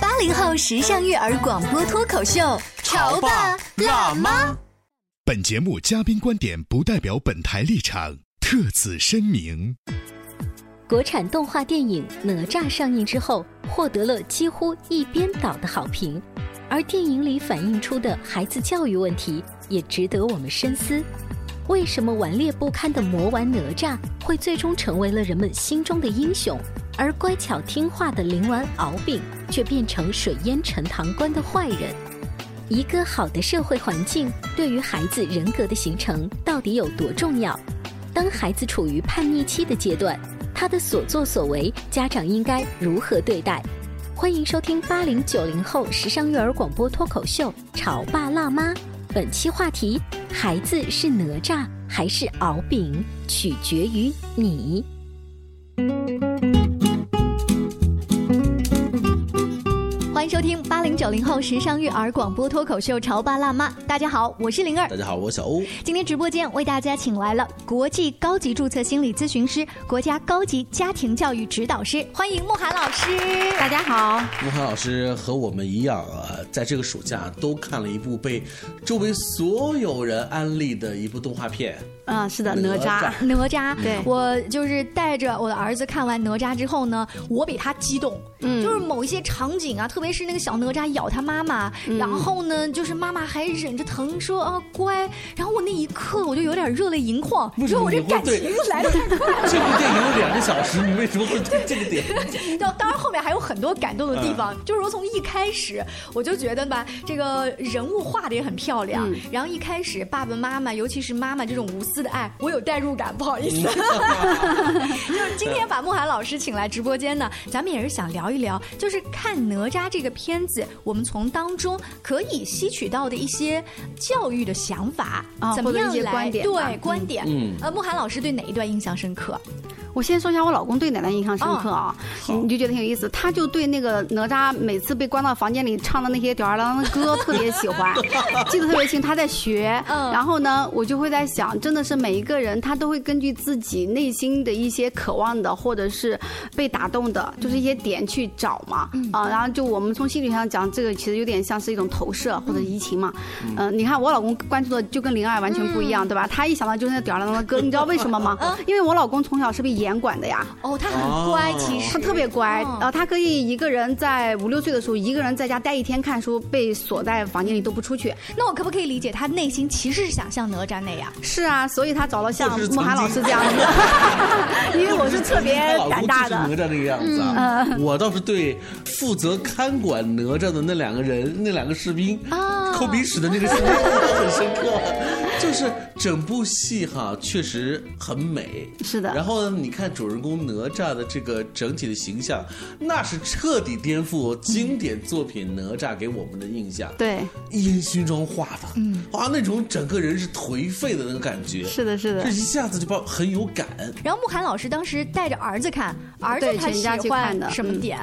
八零后时尚育儿广播脱口秀，潮爸辣妈。妈。本节目嘉宾观点不代表本台立场，特此声明。国产动画电影《哪吒》上映之后，获得了几乎一边倒的好评，而电影里反映出的孩子教育问题也值得我们深思。为什么顽劣不堪的魔丸哪吒会最终成为了人们心中的英雄，而乖巧听话的灵丸敖丙却变成水淹陈塘关的坏人？一个好的社会环境对于孩子人格的形成到底有多重要？当孩子处于叛逆期的阶段，他的所作所为，家长应该如何对待？欢迎收听八零九零后时尚育儿广播脱口秀《潮爸辣妈》。本期话题：孩子是哪吒还是敖丙，取决于你。欢迎收听八零九零后时尚育儿广播脱口秀《潮爸辣妈》。大家好，我是灵儿大。家好，我小欧。今天直播间为大家请来了国际高级注册心理咨询师、国家高级家庭教育指导师，欢迎慕寒老师。大家好。慕寒老师和我们一样啊，在这个暑假都看了一部被周围所有人安利的一部动画片。啊，是的，哪吒。 哪吒，对我就是带着我的儿子看完哪吒之后呢，我比他激动，嗯就是某一些场景啊，特别是那个小哪吒咬他妈妈，嗯然后呢，就是妈妈还忍着疼说啊乖，然后我那一刻我就有点热泪盈眶，你为知什道么我这你会感情对来的太快了。这部电影有两个小时，你为什么会对这个点？当当然后面还有很多感动的地嗯方，就是我从一开始我就觉得吧，这个人物画的也很漂亮，嗯然后一开始爸爸妈妈，尤其是妈妈这种无私的爱，我有代入感，不好意嗯思。就是今天把慕寒老师请来直播间呢，咱们也是想聊一聊，就是看哪吒这个片子，我们从当中可以吸取到的一些教育的想法，啊怎么或者样一些来观点啊吧对观点。嗯呃，慕寒老师对哪一段印象深刻？我先说一下我老公对哪段印象深刻啊，哦你就觉得挺有意思。他就对那个哪吒每次被关到房间里唱的那些吊儿郎当的歌特别 喜欢，记得特别清。他在学，嗯然后呢，我就会在想，真的是每一个人他都会根据自己内心的一些渴望的，或者是被打动的，就是一些点去找嘛。嗯啊，然后就我们从心理上讲，这个其实有点像是一种投射或者移情嘛。嗯，你看我老公关注的就跟灵儿完全不一样，对吧？他一想到就是那吊儿郎当的歌，你知道为什么吗？因为我老公从小是被严管的呀。哦，他很乖，哦其实他特别乖，哦然后他可以一个人在五六岁的时候，一个人在家待一天看书，被锁在房间里都不出去。那我可不可以理解他内心其实是想像哪吒那样？是啊，所以他找了像或是曾慕寒老师这样子，因为我是特别胆大的嗯哪。吒那个样子啊，我倒是对负责看管哪吒的那两个人，那两个士兵啊抠鼻屎的那个士兵印象很深刻。就是整部戏哈，确实很美。是的然后呢，你看主人公哪吒的这个整体的形象，那是彻底颠覆经典作品哪吒给我们的印象。对，烟熏妆画的，嗯，啊，那种整个人是颓废的那个感觉。是的，是的这一。下子就把我很有感，然后慕寒老师当时带着儿子看，儿子对他全喜家去看欢的嗯什么点？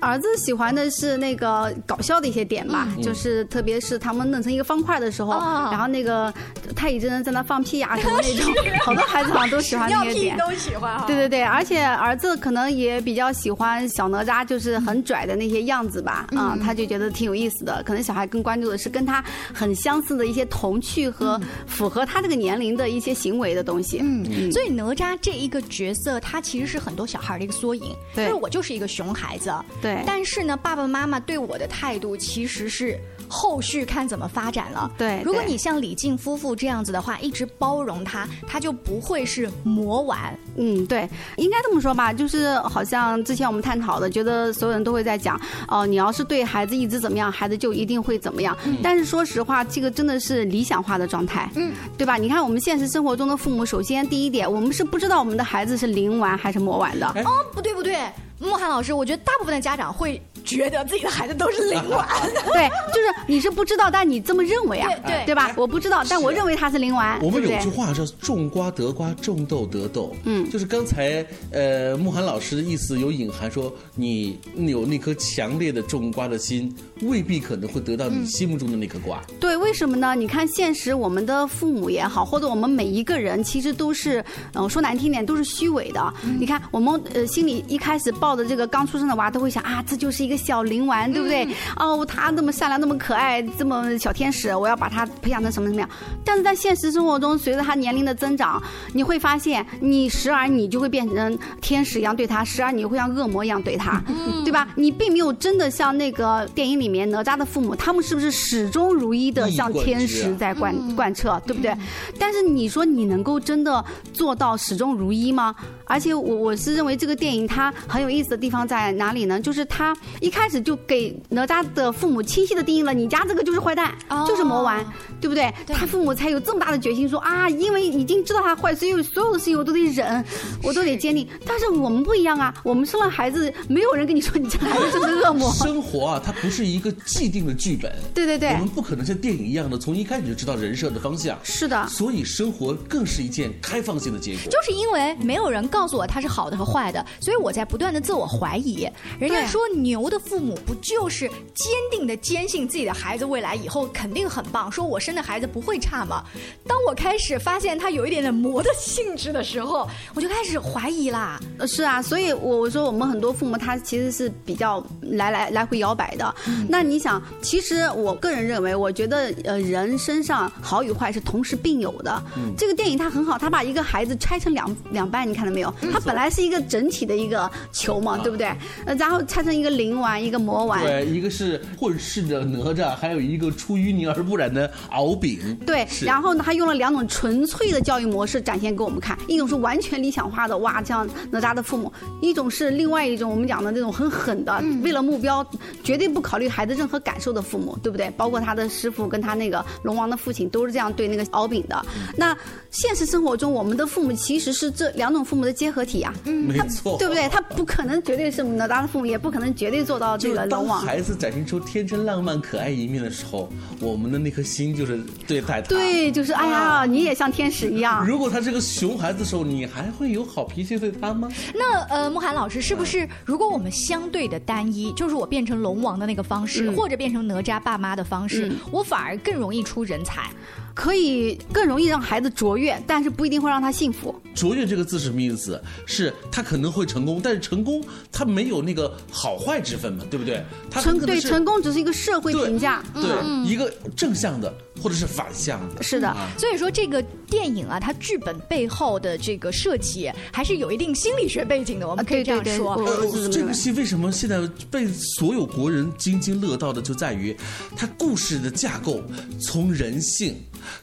儿子喜欢的是那个搞笑的一些点吧，就是特别是他们弄成一个方块的时候，哦然后那个太乙真人在那放屁呀、什么那种，好多孩子好像都喜欢尿那个屁点。都喜欢哈。对对对，而且儿子可能也比较喜欢小哪吒，就是很拽的那些样子吧，嗯啊、他就觉得挺有意思的。可能小孩更关注的是跟他很相似的一些童趣和符合他这个年龄的一些行为的东西。嗯，所以哪吒这一个角色，他其实是很多小孩儿的一个缩影。对哎就是我就是一个熊孩子，对但是呢，爸爸妈妈对我的态度其实是后续看怎么发展了。对如果对你像李静夫妇这样子的话，一直包容他，他就不会是魔丸。嗯，对，应该这么说吧，就是好像之前我们探讨的，觉得所有人都会在讲，哦、你要是对孩子一直怎么样，孩子就一定会怎么样。嗯但是说实话，这个真的是理想化的状态，嗯，对吧？你看我们现实生活中的父母，首先第一点，我们是不知道我们的孩子是灵丸还是魔丸的，哎哦，不对不对，莫涵老师，我觉得大部分的家长会觉得自己的孩子都是灵丸。对，就是你是不知道，但你这么认为啊，对对吧？我不知道，但我哎是啊认为他是灵丸，我们对有不对句话叫“种瓜得瓜，种豆得豆”。嗯就是刚才呃，慕寒老师的意思有隐含说，你有那颗强烈的种瓜的心，未必可能会得到你心目中的那颗瓜。对，为什么呢？你看，现实我们的父母也好，或者我们每一个人，其实都是，嗯、说难听点，都是虚伪的。你看，我们呃心里一开始抱着这个刚出生的娃，都会想啊，这就是一个小灵丸，对不对？哦，他那么善良，那么可爱，这么小天使，我要把他培养成什么什么样？但是在现实生活中，随着他年龄的增长，你会发现，你时而你就会变成天使一样对他，时而你会像恶魔一样对他，对吧？你并没有真的像那个电影里面哪吒的父母，他们是不是始终如一的一以像贯天之使啊，在贯贯彻，对不对？但是你说你能够真的做到始终如一吗？而且我我是认为这个电影它很有意思的地方在哪里呢？就是它一开始就给哪吒的父母清晰的定义了，你家这个就是坏蛋，哦就是魔丸，对不对？对他父母才有这么大的决心说啊，因为已经知道他坏，所以所有的事情我都得忍，我都得坚定。但是我们不一样啊，我们生了孩子，没有人跟你说你这孩子就是恶魔生活啊，它不是一个既定的剧本。对对对我，们不可能像电影一样的从一开始就知道人设的方向。是的。所以生活更是一件开放性的结果。 就是因为没有人告诉我它是好的和坏的，所以我在不断的自我怀疑。人家对说牛的父母不就是坚定的坚信自己的孩子未来以后肯定很棒，说我生的孩子不会差吗？当我开始发现他有一点点魔的性质的时候，我就开始怀疑啦。呃是啊，所以我我说我们很多父母他其实是比较来来来回摇摆的。那你想，其实我个人认为，我觉得呃，人身上好与坏是同时并有的。这个电影它很好，它把一个孩子拆成两两半，你看到没有？它本来是一个整体的一个球嘛，对不对？呃，然后拆成一个灵丸，一个魔丸。对，一个是混世的哪吒，还有一个出淤泥而不染的敖丙。对，是然后呢，他用了两种纯粹的教育模式展现给我们看，一种是完全理想化的，哇，这样哪吒的父母；一种是另外一种我们讲的那种很狠的，为了目标绝对不考虑孩子任何感受的父母，对不对？包括他的师傅跟他那个龙王的父亲都是这样对那个敖丙的。嗯那现实生活中，我们的父母其实是这两种父母的结合体呀、没错，对不对？他不可能绝对是哪吒的父母，也不可能绝对做到这就是个当龙王。孩子展现出天真浪漫可爱一面的时候，我们的那颗心就是对待他。，对，就是哎呀，你也像天使一样。如果他是个熊孩子的时候，你还会有好脾气对他吗？那呃，慕寒老师，是不是如果我们相对的单一，就是我变成龙王的那个方式，嗯或者变成哪吒爸妈的方式，我反而更容易出人才？可以更容易让孩子卓越，但是不一定会让他幸福。卓越这个字是什么意思？是他可能会成功，但是成功他没有那个好坏之分嘛，对不对？他很成可能对是成功嗯只是一个社会对评价，对、一个正向的或者是反向的。是的。啊所以说，这个电影啊，它剧本背后的这个设计还是有一定心理学背景的，我们可以这样啊对对对说。我我是这么呃这认为部。戏为什么现在被所有国人津津乐道的，就在于它故事的架构，从人性，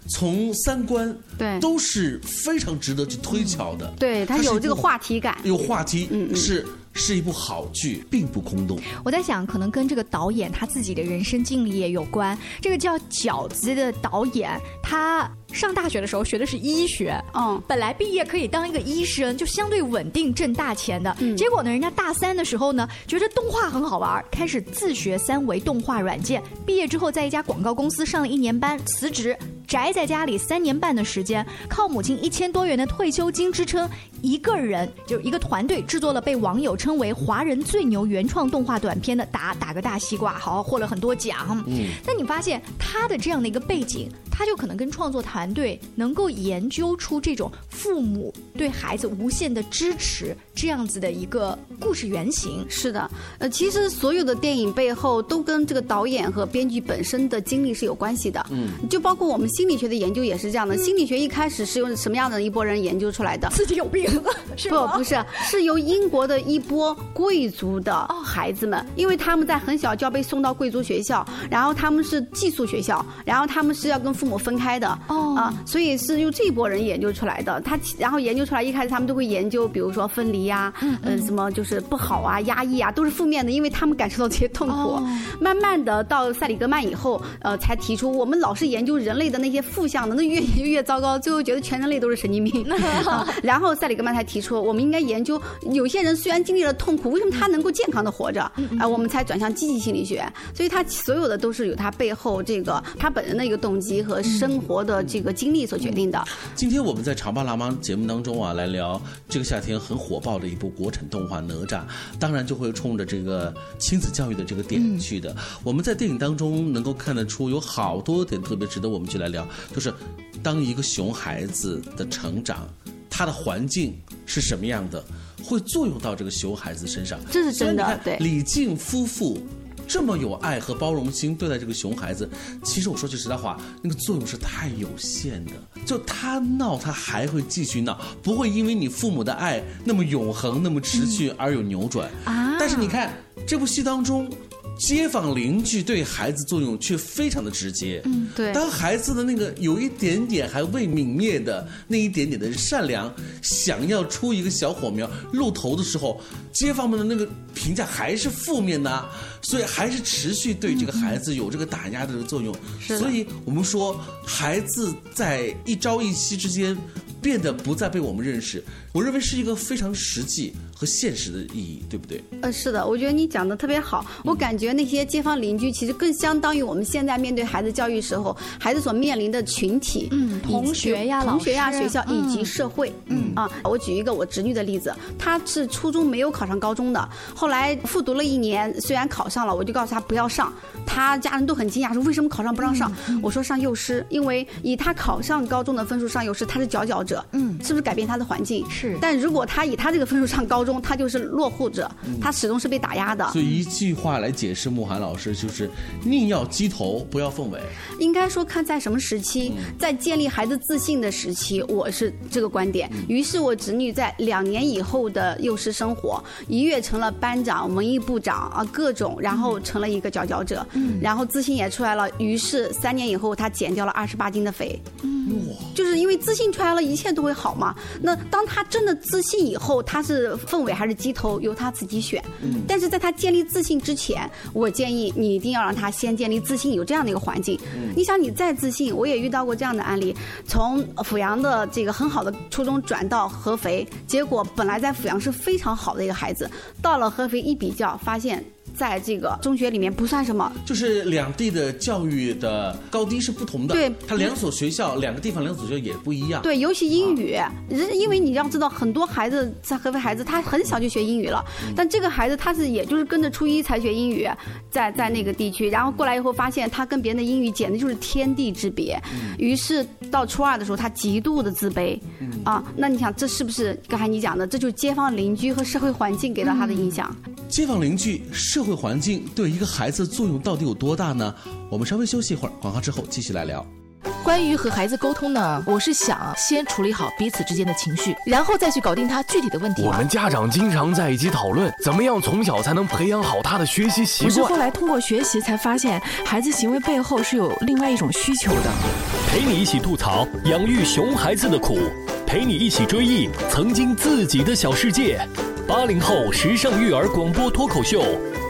从三观，对嗯都是非常值得去推敲的。对嗯他它是一有部这个话题感，有话题，是是一部好剧，并不空洞。我在想，可能跟这个导演他自己的人生经历也有关。这个叫饺子的导演，他上大学的时候学的是医学。嗯，本来毕业可以当一个医生，就相对稳定挣大钱的。结果呢，人家大三的时候呢，觉得动画很好玩儿，开始自学三维动画软件。毕业之后，在一家广告公司上了一年班，辞职，宅在家里三年半的时间，靠母亲一千多元的退休金支撑，一个人就一个团队制作了被网友称为华人最牛原创动画短片的《打打个大西瓜》，好获了很多奖。那你发现他的这样的一个背景，他他就可能跟创作团队能够研究出这种父母对孩子无限的支持这样子的一个故事原型。是的，呃，其实所有的电影背后都跟这个导演和编剧本身的经历是有关系的。嗯，就包括我们心理学的研究也是这样嗯的。心理学一开始是由什么样的一拨人研究出来的？自己有病 是不，吗？不是，是由英国的一波贵族的孩子们，因为他们在很小就要被送到贵族学校，然后他们是寄宿学校，然后他们是要跟父母分开的，哦啊，所以是由这一波人研究出来的。他其然后研究出来，一开始他们都会研究，比如说分离呀、嗯呃，什么就是不好啊、压抑啊，都是负面的，因为他们感受到这些痛苦。慢慢的到塞里格曼以后，呃，才提出我们老是研究人类的那些负向的，那越研究越糟糕，最后觉得全人类都是神经病。 啊然后塞里格曼才提出，我们应该研究有些人虽然经历了痛苦，为什么他能够健康的活着？啊、我们才转向积极心理学。所以他所有的都是有他背后这个他本人的一个动机和生活的这个经历所决定的。今天我们在《长发辣妈》节目当中啊，来聊这个夏天很火爆的一部国产动画《哪吒》，当然就会冲着这个亲子教育的这个点去嗯的。我们在电影当中能够看得出有好多点特别值得我们去来聊，就是当一个熊孩子的成长，他的环境是什么样的，会作用到这个熊孩子身上。这是真的所以你看对李靖夫妇。这么有爱和包容心对待这个熊孩子，其实我说句实在话，那个作用是太有限的。就他闹，他还会继续闹，不会因为你父母的爱那么永恒、那么持续而有扭转。嗯啊但是你看这部戏当中，街坊邻居对孩子作用却非常的直接。嗯，对当孩子的那个有一点点还未泯灭的那一点点的善良，想要出一个小火苗露头的时候，街坊们的那个评价还是负面的啊、所以还是持续对这个孩子有这个打压的作用。是的所以我们说，孩子在一朝一夕之间。变得不再被我们认识，我认为是一个非常实际和现实的意义，对不对？呃，是的，我觉得你讲的特别好。嗯我感觉那些街坊邻居其实更相当于我们现在面对孩子教育时候，孩子所面临的群体，嗯以及同学呀同学呀、老师学校以及社会。嗯啊，我举一个我侄女的例子，她是初中没有考上高中的，后来复读了一年，虽然考上了，我就告诉她不要上，她家人都很惊讶，说为什么考上不让上？嗯我说上幼师，因为以她考上高中的分数上幼师，她是佼佼者，嗯，是不是改变她的环境？是但如果她以她这个分数上高中，她就是落后者，她始终是被打压的。所以一句话来解释慕寒老师，就是宁要鸡头，不要凤尾。应该说看在什么时期，在建立孩子自信的时期，我是这个观点。于是我侄女在两年以后的幼师生活，一跃成了班长、文艺部长啊，各种，然后成了一个佼佼者，然后自信也出来了。于是三年以后，她减掉了二十八斤的肥。就是因为自信出来了，一切都会好嘛。那当他真的自信以后，他是凤尾还是鸡头，由他自己选。但是在他建立自信之前，我建议你一定要让他先建立自信，有这样的一个环境。你想，你再自信，我也遇到过这样的案例，从阜阳的这个很好的初中转到合肥，结果本来在阜阳是非常好的一个孩子，到了合肥一比较，发现在这个中学里面不算什么，就是两地的教育的高低是不同的，对它两所学校，两个地方两所学校也不一样。，对，尤其英语，人因为你要知道，很多孩子在合肥孩子，他很小就学英语了，嗯但这个孩子他是也就是跟着初一才学英语，在在那个地区，然后过来以后发现他跟别人的英语简直就是天地之别，嗯于是到初二的时候，他极度的自卑，啊，那你想这是不是刚才你讲的，这就是街坊邻居和社会环境给到他嗯的影响？街坊邻居、社会环境对一个孩子作用到底有多大呢？我们稍微休息一会儿，广告之后继续来聊。关于和孩子沟通呢，我是想先处理好彼此之间的情绪，然后再去搞定他具体的问题我嘛。们家长经常在一起讨论，怎么样从小才能培养好他的学习习我是惯后，来通过学习才发现，孩子行为背后是有另外一种需求的。陪你一起吐槽养育熊孩子的苦，陪你一起追忆曾经自己的小世界。八零后时尚育儿广播脱口秀，《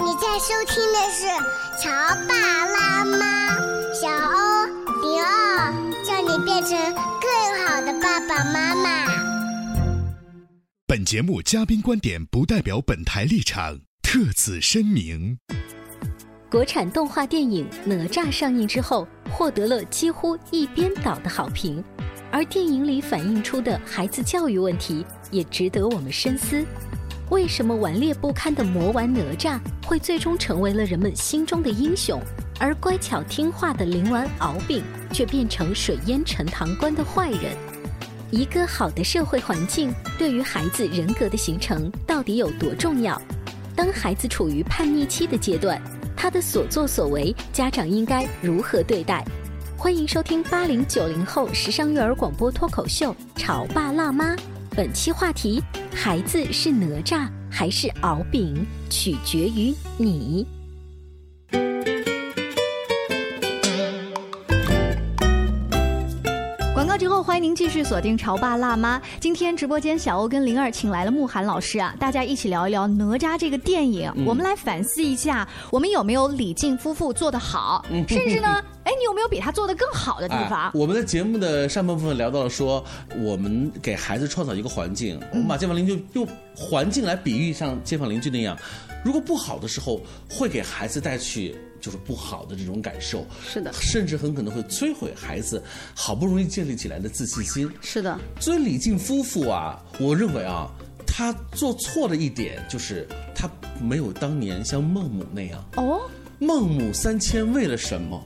你在收听的是《潮爸辣妈》，小欧零二，叫你变成更好好的爸爸妈妈。本节目嘉宾观点不代表本台立场，特此声明。国产动画电影《哪吒》上映之后，获得了几乎一边倒的好评，而电影里反映出的孩子教育问题也值得我们深思。为什么顽劣不堪的魔丸哪吒会最终成为了人们心中的英雄，而乖巧听话的灵丸敖丙却变成水淹陈塘关的坏人？一个好的社会环境对于孩子人格的形成到底有多重要？当孩子处于叛逆期的阶段，他的所作所为，家长应该如何对待？欢迎收听八零九零后时尚育儿广播脱口秀《潮爸辣妈》，本期话题：孩子是哪吒还是敖丙，取决于你。广告之后，欢迎您继续锁定《潮爸辣妈》。今天直播间，小欧跟灵儿请来了慕寒老师啊，大家一起聊一聊《哪吒》这个电影。嗯我们来反思一下，我们有没有李靖夫妇做 得好，嗯甚至呢，哎，你有没有比他做得更好的地哎方？我们在节目的上半部分聊到了说，我们给孩子创造一个环境，嗯我们把街坊邻居用环境来比喻，像街坊邻居那样，如果不好的时候，会给孩子带去。就是不好的这种感受，是的甚至很可能会摧毁孩子好不容易建立起来的自信心。是的，所以李靖夫妇啊，我认为啊，他做错的一点就是他没有当年像孟母那样哦，孟母三迁为了什么？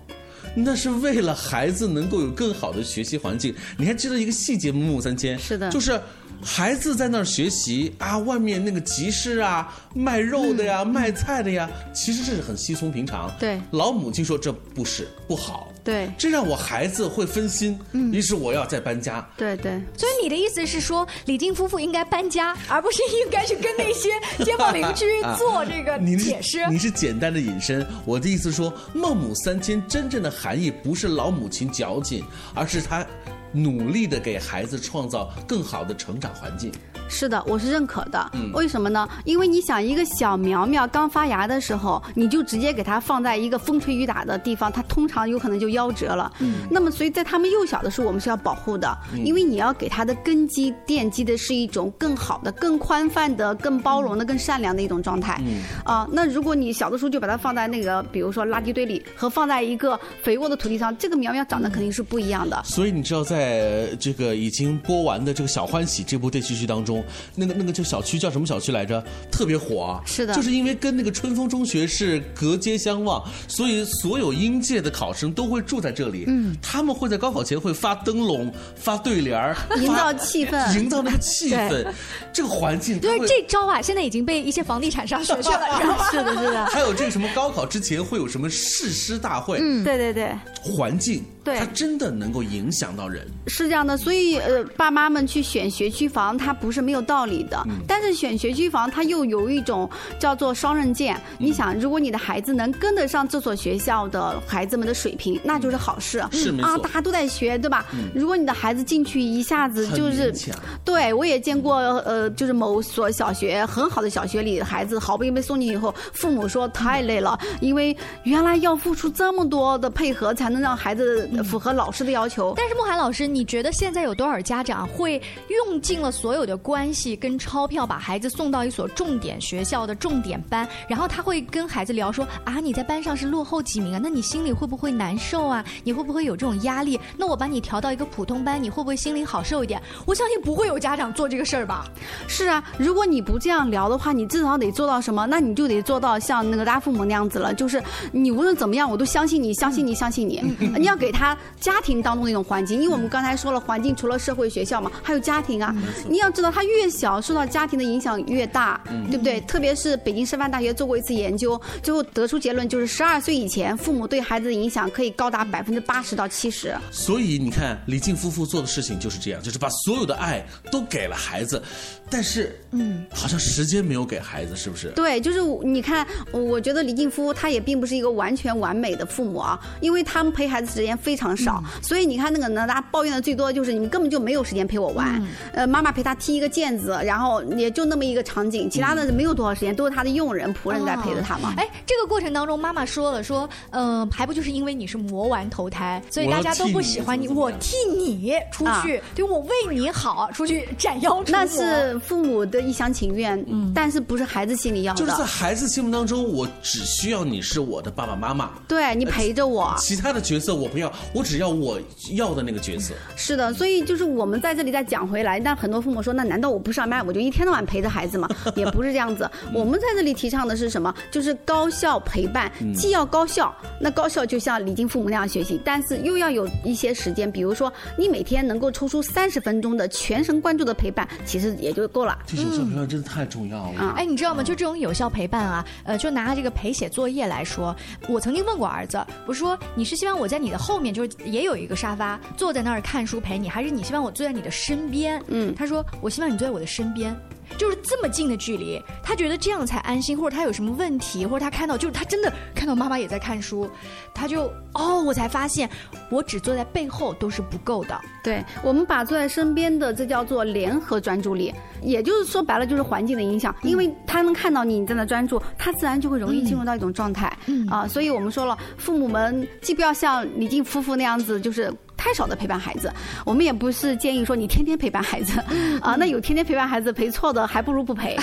那是为了孩子能够有更好的学习环境。你还记得一个细节吗？孟母三迁是的就是孩子在那儿学习啊，外面那个集市啊，卖肉的呀，卖菜的呀，其实这是很稀松平常。对老母亲说这不是不好，对这让我孩子会分心，嗯于是我要再搬家。对对，所以你的意思是说，李靖夫妇应该搬家，而不是应该去跟那些街坊邻居啊做这个你是 解释。你是简单的引申。我的意思说，孟母三迁真正的含义不是老母亲矫情，而是她努力的给孩子创造更好的成长环境。是的，我是认可的。嗯为什么呢？因为你想，一个小苗苗刚发芽的时候，你就直接给它放在一个风吹雨打的地方，它通常有可能就夭折了。嗯那么所以在它们幼小的时候，我们是要保护的，嗯因为你要给它的根基奠基的是一种更好的、更宽泛的、更包容的、更善良的一种状态。嗯啊、那如果你小的时候就把它放在那个，比如说垃圾堆里，和放在一个肥沃的土地上，这个苗苗长得肯定是不一样的。所以你知道，在这个已经播完的这个《小欢喜》这部电视剧当中，那个那个这小区叫什么小区来着？特别火啊！是的就是因为跟那个春风中学是隔街相望，所以所有应届的考生都会住在这里。嗯他们会在高考前会发灯笼、发对 联儿，营造发气嗯氛营造那个气氛对，这个环境它对会。这招啊，现在已经被一些房地产商学去了，你知道吗？还有这个什么高考之前会有什么誓师大会？嗯，对对对。环境，对它真的能够影响到人。是这样的，所以呃，爸妈们去选学区房，它不是没有道理的。嗯但是选学区房，它又有一种叫做双刃嗯剑。你想，如果你的孩子能跟得上这所学校的孩子们的水平，那就是好事。嗯是没啊，错大家都在学，对吧？嗯如果你的孩子进去一下子很就是勉强，对我也见过，呃，就是某所小学很好的小学里的孩子，好不容易被送进去以后，父母说太累了，因为原来要付出这么多的配合，才能让孩子符合老师的要求。但是慕寒老师，你觉得现在有多少家长会用尽了所有的关系跟钞票，把孩子送到一所重点学校的重点班，然后他会跟孩子聊说啊，你在班上是落后几名啊，那你心里会不会难受啊？你会不会有这种压力？那我把你调到一个普通班，你会不会心里好受一点？我相信不会有家长做这个事儿吧？是啊，如果你不这样聊的话，你至少得做到什么？那你就得做到像那个大父母那样子了，就是你无论怎么样，我都相信你，相信你，相信你。你要给他家庭当中的一种环境，因为我们刚才说了，环境除了社会、学校嘛，还有家庭啊。你要知道，他越小，受到家庭的影响越大，嗯对不对？特别是北京师范大学做过一次研究，最后得出结论就是，十二岁以前，父母对孩子的影响可以高达百分之八十到七十。所以你看，李靖夫妇做的事情就是这样，就是把所有的爱都给了孩子。但是，嗯，好像时间没有给孩子，是不是？对，就是你看，我觉得李静夫他也并不是一个完全完美的父母啊，因为他们陪孩子时间非常少，嗯、所以你看那个哪吒抱怨的最多的就是你们根本就没有时间陪我玩，嗯、呃，妈妈陪他踢一个毽子，然后也就那么一个场景，其他的没有多少时间，都是他的佣人仆人在陪着他嘛。哎、哦，这个过程当中，妈妈说了说，嗯、呃，还不就是因为你是魔丸投胎，所以大家都不喜欢你，我替你出去，啊、对我为你好，出去 斩妖除魔。那是父母。我的一厢情愿，嗯、但是不是孩子心里要的？就是在孩子心目当中，我只需要你是我的爸爸妈妈，对你陪着我、呃其。其他的角色我不要，我只要我要的那个角色。是的，所以就是我们在这里再讲回来，但很多父母说，那难道我不上班我就一天到晚陪着孩子吗？ 嗯也不是这样子。我们在这里提倡的是什么？就是高效陪伴，嗯、既要高效，那高效就像李静父母那样学习，但是又要有一些时间，比如说你每天能够抽出三十分钟的全神贯注的陪伴，其实也就够了。这有效陪伴真的太重要了。嗯、哎，你知道吗？就这种有效陪伴啊，呃，就拿这个陪写作业来说，我曾经问过儿子，我说你是希望我在你的后面，就是也有一个沙发，坐在那儿看书陪你，还是你希望我坐在你的身边？嗯，他说我希望你坐在我的身边。就是这么近的距离，他觉得这样才安心，或者他有什么问题，或者他看到就是他真的看到妈妈也在看书，他就哦，我才发现我只坐在背后都是不够的。对我们把坐在身边的这叫做联合专注力，也就是说白了就是环境的影响，嗯、因为他能看到你你在那专注，他自然就会容易进入到一种状态。嗯啊、呃，所以我们说了，父母们既不要像李静夫妇那样子，就是。太少的陪伴孩子，我们也不是建议说你天天陪伴孩子啊，那有天天陪伴孩子陪错的，还不如不陪。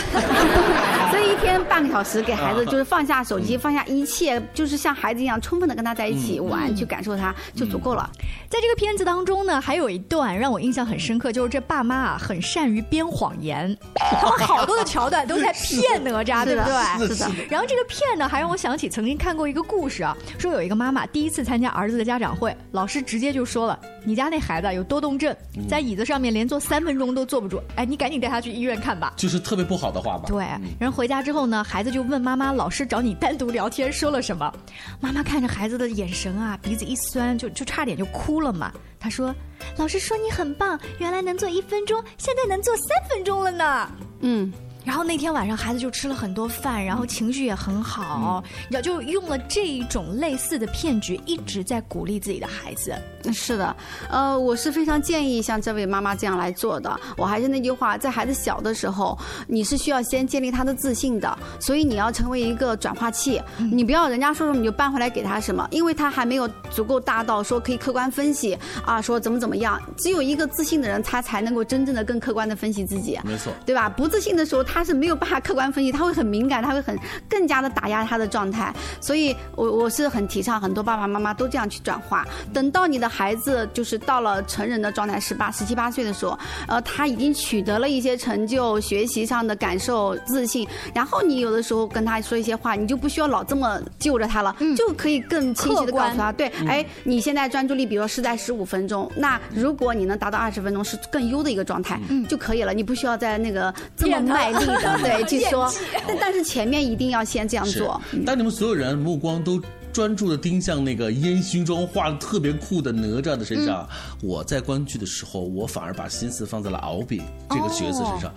所以一天半个小时给孩子，就是放下手机，放下一切，就是像孩子一样充分的跟他在一起玩，去感受他就足够了。在这个片子当中呢，还有一段让我印象很深刻，就是这爸妈啊很善于编谎 言，他们好多的桥段都在骗哪啊吒，对不对？是的。然后这个骗呢，还让我想起曾经看过一个故事啊，说有一个妈妈第一次参加儿子的家长会，老师直接就说。说了，你家那孩子有多动症，在椅子上面连坐三分钟都坐不住，哎，你赶紧带他去医院看吧。就是特别不好的话吧。对，然后回家之后呢，孩子就问妈妈，老师找你单独聊天说了什么？妈妈看着孩子的眼神啊，鼻子一酸，就就差点就哭了嘛。他说，老师说你很棒，原来能坐一分钟，现在能坐三分钟了呢。嗯。然后那天晚上，孩子就吃了很多饭，然后情绪也很好，你知道，就用了这一种类似的骗局，一直在鼓励自己的孩子。嗯是的，呃，我是非常建议像这位妈妈这样来做的。我还是那句话，在孩子小的时候，你是需要先建立他的自信的，所以你要成为一个转化器，嗯、你不要人家说什么你就搬回来给他什么，因为他还没有足够大到说可以客观分析啊，说怎么怎么样。只有一个自信的人，他才能够真正的更客观的分析自己，没错，对吧？不自信的时候。他是没有办法客观分析，他会很敏感，他会很更加的打压他的状态，所以我我是很提倡很多爸爸妈妈都这样去转化。等到你的孩子就是到了成人的状态，十八、十七八岁的时候，呃，他已经取得了一些成就，学习上的感受、自信，然后你有的时候跟他说一些话，你就不需要老这么揪着他了，嗯、就可以更清晰的告诉他，对，嗯、哎，你现在专注力，比如说是在十五分钟，那如果你能达到二十分钟，是更优的一个状态、嗯、就可以了，你不需要在那个这么卖力。 对，去说，但但是前面一定要先这样做。当你们所有人目光都专注的盯向那个烟熏中画的特别酷的哪吒的身上，嗯、我在观剧的时候，我反而把心思放在了敖丙这个角色身上。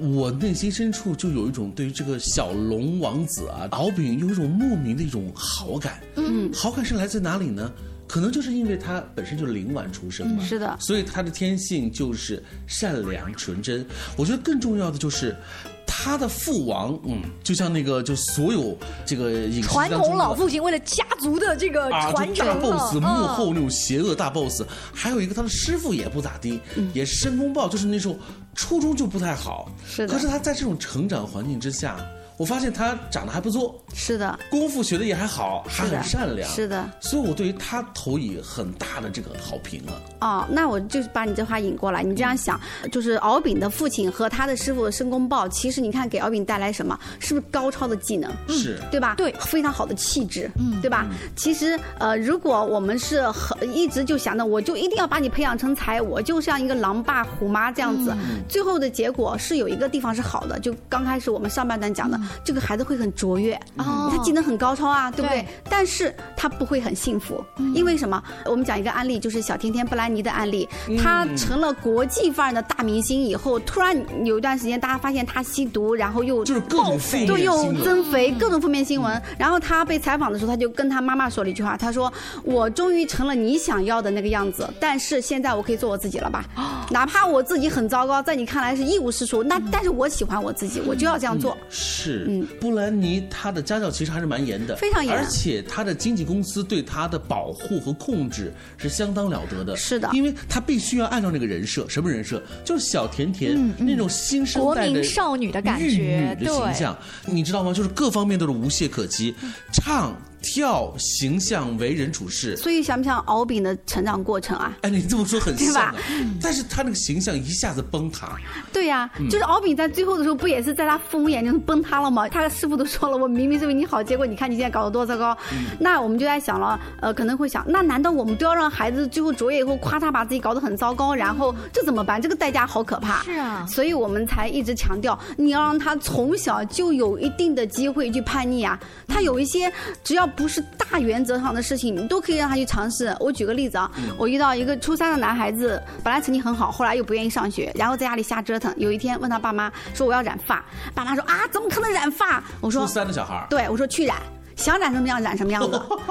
哦、我内心深处就有一种对于这个小龙王子啊，敖丙有一种莫名的一种好感。嗯，好感是来自哪里呢？可能就是因为他本身就是灵丸出身嘛、嗯，是的，所以他的天性就是善良纯真。我觉得更重要的就是。他的父王，嗯，就像那个，就所有这个影视传统老父亲为了家族的这个传承、啊、大 boss 幕后那种邪恶大 boss，、嗯、还有一个他的师傅也不咋地，嗯、也是申公豹，就是那时候初中就不太好，是可是他在这种成长环境之下。我发现他长得还不错，是的，功夫学的也还好，还很善良，是的，所以我对于他投以很大的这个好评啊。哦，那我就把你这话引过来，你这样想，就是敖丙的父亲和他的师傅申公豹，其实你看给敖丙带来什么？是不是高超的技能？嗯是，对吧？对，非常好的气质，嗯，对吧？其实呃，如果我们是很一直就想着我就一定要把你培养成才，我就像一个狼嗯爸虎妈这样子，最后的结果是有一个地方是好的，就刚开始我们上半段讲的。这个孩子会很卓越，他技能很高超啊，嗯对不嗯对？但是他不会很幸福，因为什么？我们讲一个案例，就是小甜甜布兰妮的案例，嗯她成了国际范儿的大明星以后，突然有一段时间，大家发现她吸毒，然后又就是各种负面对，又新闻嗯增肥，各种负面新闻。然后她被采访的时候，她就跟她妈妈说了一句话，她说：“我终于成了你想要的那个样子，但是现在我可以做我自己了吧？哦哪怕我自己很糟糕，在你看来是一无是处，那但是我喜欢我自己，我就要这样嗯做。”是，嗯布兰妮她的家教其实还是蛮严的，非常严而且她的经纪公司对她的保护和控制是相当了得的。是的因为她必须要按照那个人设，什么人设？就是小甜甜、嗯嗯那种新生国代的民少女的感玉觉女的形对象，你知道吗？就是各方面都是无懈可击，唱跳、形象、为人处事。所以想不想敖丙的成长过程啊？哎，你这么说很对像吧啊，嗯但是她那个形象一下子崩塌。对呀、嗯就是敖丙在最后的时候，不也是在他父母眼中崩塌了吗？他的师傅都说了，我明明是为你好，结果你看你现在搞得多糟糕。嗯那我们就在想了，呃，可能会想，那难道我们都要让孩子最后卓越以后，夸他把自己搞得很糟糕，然后这怎么办？这个代价好可怕。是啊所以我们才一直强调，你要让他从小就有一定的机会去叛逆啊。他有一些只要不是大原则上的事情，你都可以让他去尝试。我举个例子啊，我遇到一个初三的男孩子，本来成绩很好，后来又不愿意上学，然后在家里瞎折腾。有一天问他爸妈说我要染发，爸妈说啊怎么可能染发？我说初三的小孩儿对我说去染。想染什么样染什么样 子，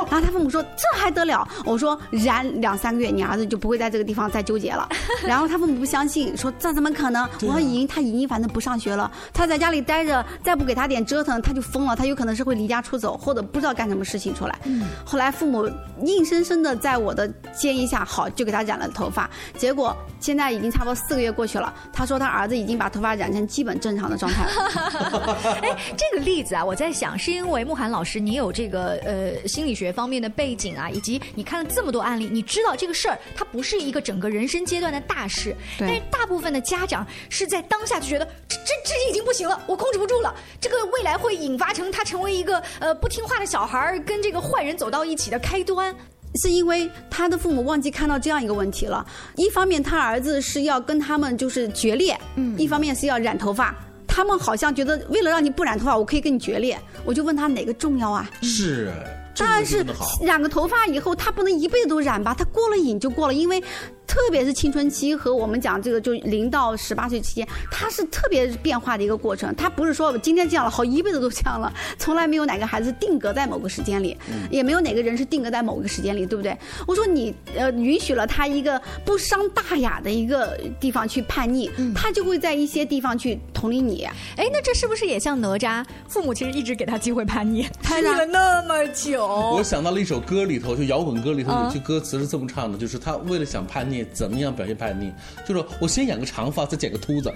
然后他父母说这还得了？我说染两三个月，你儿子就不会在这个地方再纠结 了。然后他父母不相信，说这怎么可能？我对啊说莹，他莹莹反正不上学了，他在家里待着，再不给他点折腾，他就疯了，他有可能是会离家出走，或者不知道干什么事情出来。嗯后来父母硬生生的在我的建议下，好就给他染了头发。结果现在已经差不多四个月过去了，他说他儿子已经把头发染成基本正常的状态了。哎，这个例子啊，我在想，是因为慕寒老师你有这个呃心理学方面的背景啊，以及你看了这么多案例，你知道这个事儿它不是一个整个人生阶段的大事，对但是大部分的家长是在当下就觉得这这这已经不行了，我控制不住了，这个未来会引发成他成为一个呃不听话的小孩儿跟这个坏人走到一起的开端。是因为他的父母忘记看到这样一个问题了。一方面，他儿子是要跟他们就是决裂，嗯，一方面是要染头发。他们好像觉得为了让你不染头发，我可以跟你决裂。我就问他哪个重要啊？是，嗯这当个然问题是问得好。染个头发以后，他不能一辈子都染吧？他过了瘾就过了，因为特别是青春期和我们讲这个就零到十八岁期间，它是特别变化的一个过程。他不是说我今天这样了，好一辈子都这样了，从来没有哪个孩子定格在某个时间里，也没有哪个人是定格在某个时间里，对不对？我说你呃允许了他一个不伤大雅的一个地方去叛逆，他就会在一些地方去同理你。哎，那这是不是也像哪吒？父母其实一直给他机会叛逆，叛逆了那么久。我想到了一首歌里头，就摇滚歌里头啊有句歌词是这么唱的，就是他为了想叛逆，怎么样表现叛逆，就是我先染个长发，再剪个秃子。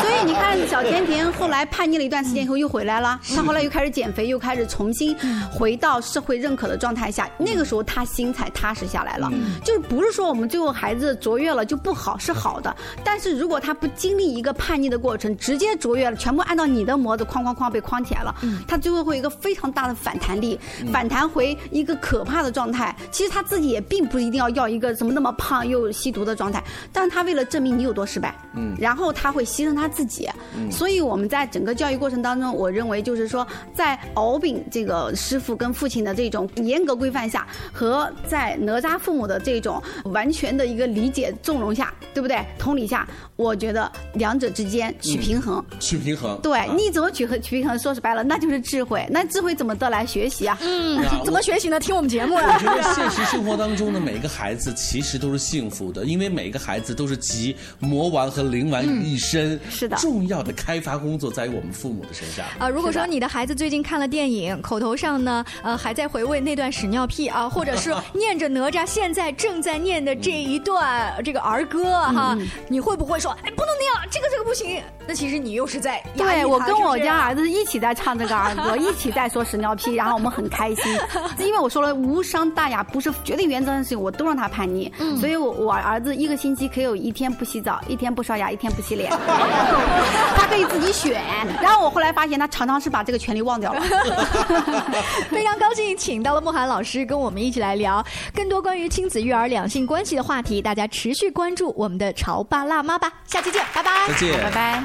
所以你看，小甜甜后来叛逆了一段时间以后又回来了，她后来又开始减肥，又开始重新回到社会认可的状态下，那个时候她心才踏实下来了。就是不是说我们最后孩子卓越了就不好，是好的，但是如果他不经历一个叛逆的过程，直接卓越了，全部按照你的模子框框框被框起来了，他最后会有一个非常大的反弹力，嗯反弹回一个可怕的状态。其实他自己也并不一定要要一个什么那么胖又吸毒的状态，但是他为了证明你有多失败，嗯然后他会牺牲他自己。嗯所以我们在整个教育过程当中，我认为就是说，在敖丙这个师傅跟父亲的这种严格规范下，和在哪吒父母的这种完全的一个理解纵容下，对不对？同理下，我觉得两者之间取平衡。取平衡。对啊，嗯你怎么取和取平衡？说实白了，那就是智慧。那智慧怎么得来学习啊？嗯啊怎么学习呢？听我们节目我啊。觉得现实生活当中的每个孩子其实都是幸福的，因为每个孩子都是集魔丸和灵丸嗯于一身、是的重要的开发工作在于我们父母的身上。啊、如果说你的孩子最近看了电影，口头上呢，呃，还在回味那段屎尿屁啊，或者是念着哪吒现在正在念的这一段呃这个儿歌啊哈，嗯你会不会说，哎，不能那样，这个这个不行？那其实你又是在压抑他对我跟我家儿子，子一起在唱这个儿歌，一起在说屎尿屁，然后我们很开心， 因为我说了无伤大雅，不是绝对原则的事情，我都让他叛逆，嗯所以我我儿子一个星期可以有一天不洗澡，一天不刷牙，一天不洗 脸，他可以自己选。然后我后来发现他常常是把这个权利忘掉了。 非常高兴请到了慕寒老师跟我们一起来聊更多关于亲子育儿、两性关系的话题，大家持续关注我们的潮爸辣妈吧，下期见，拜拜，再见拜拜。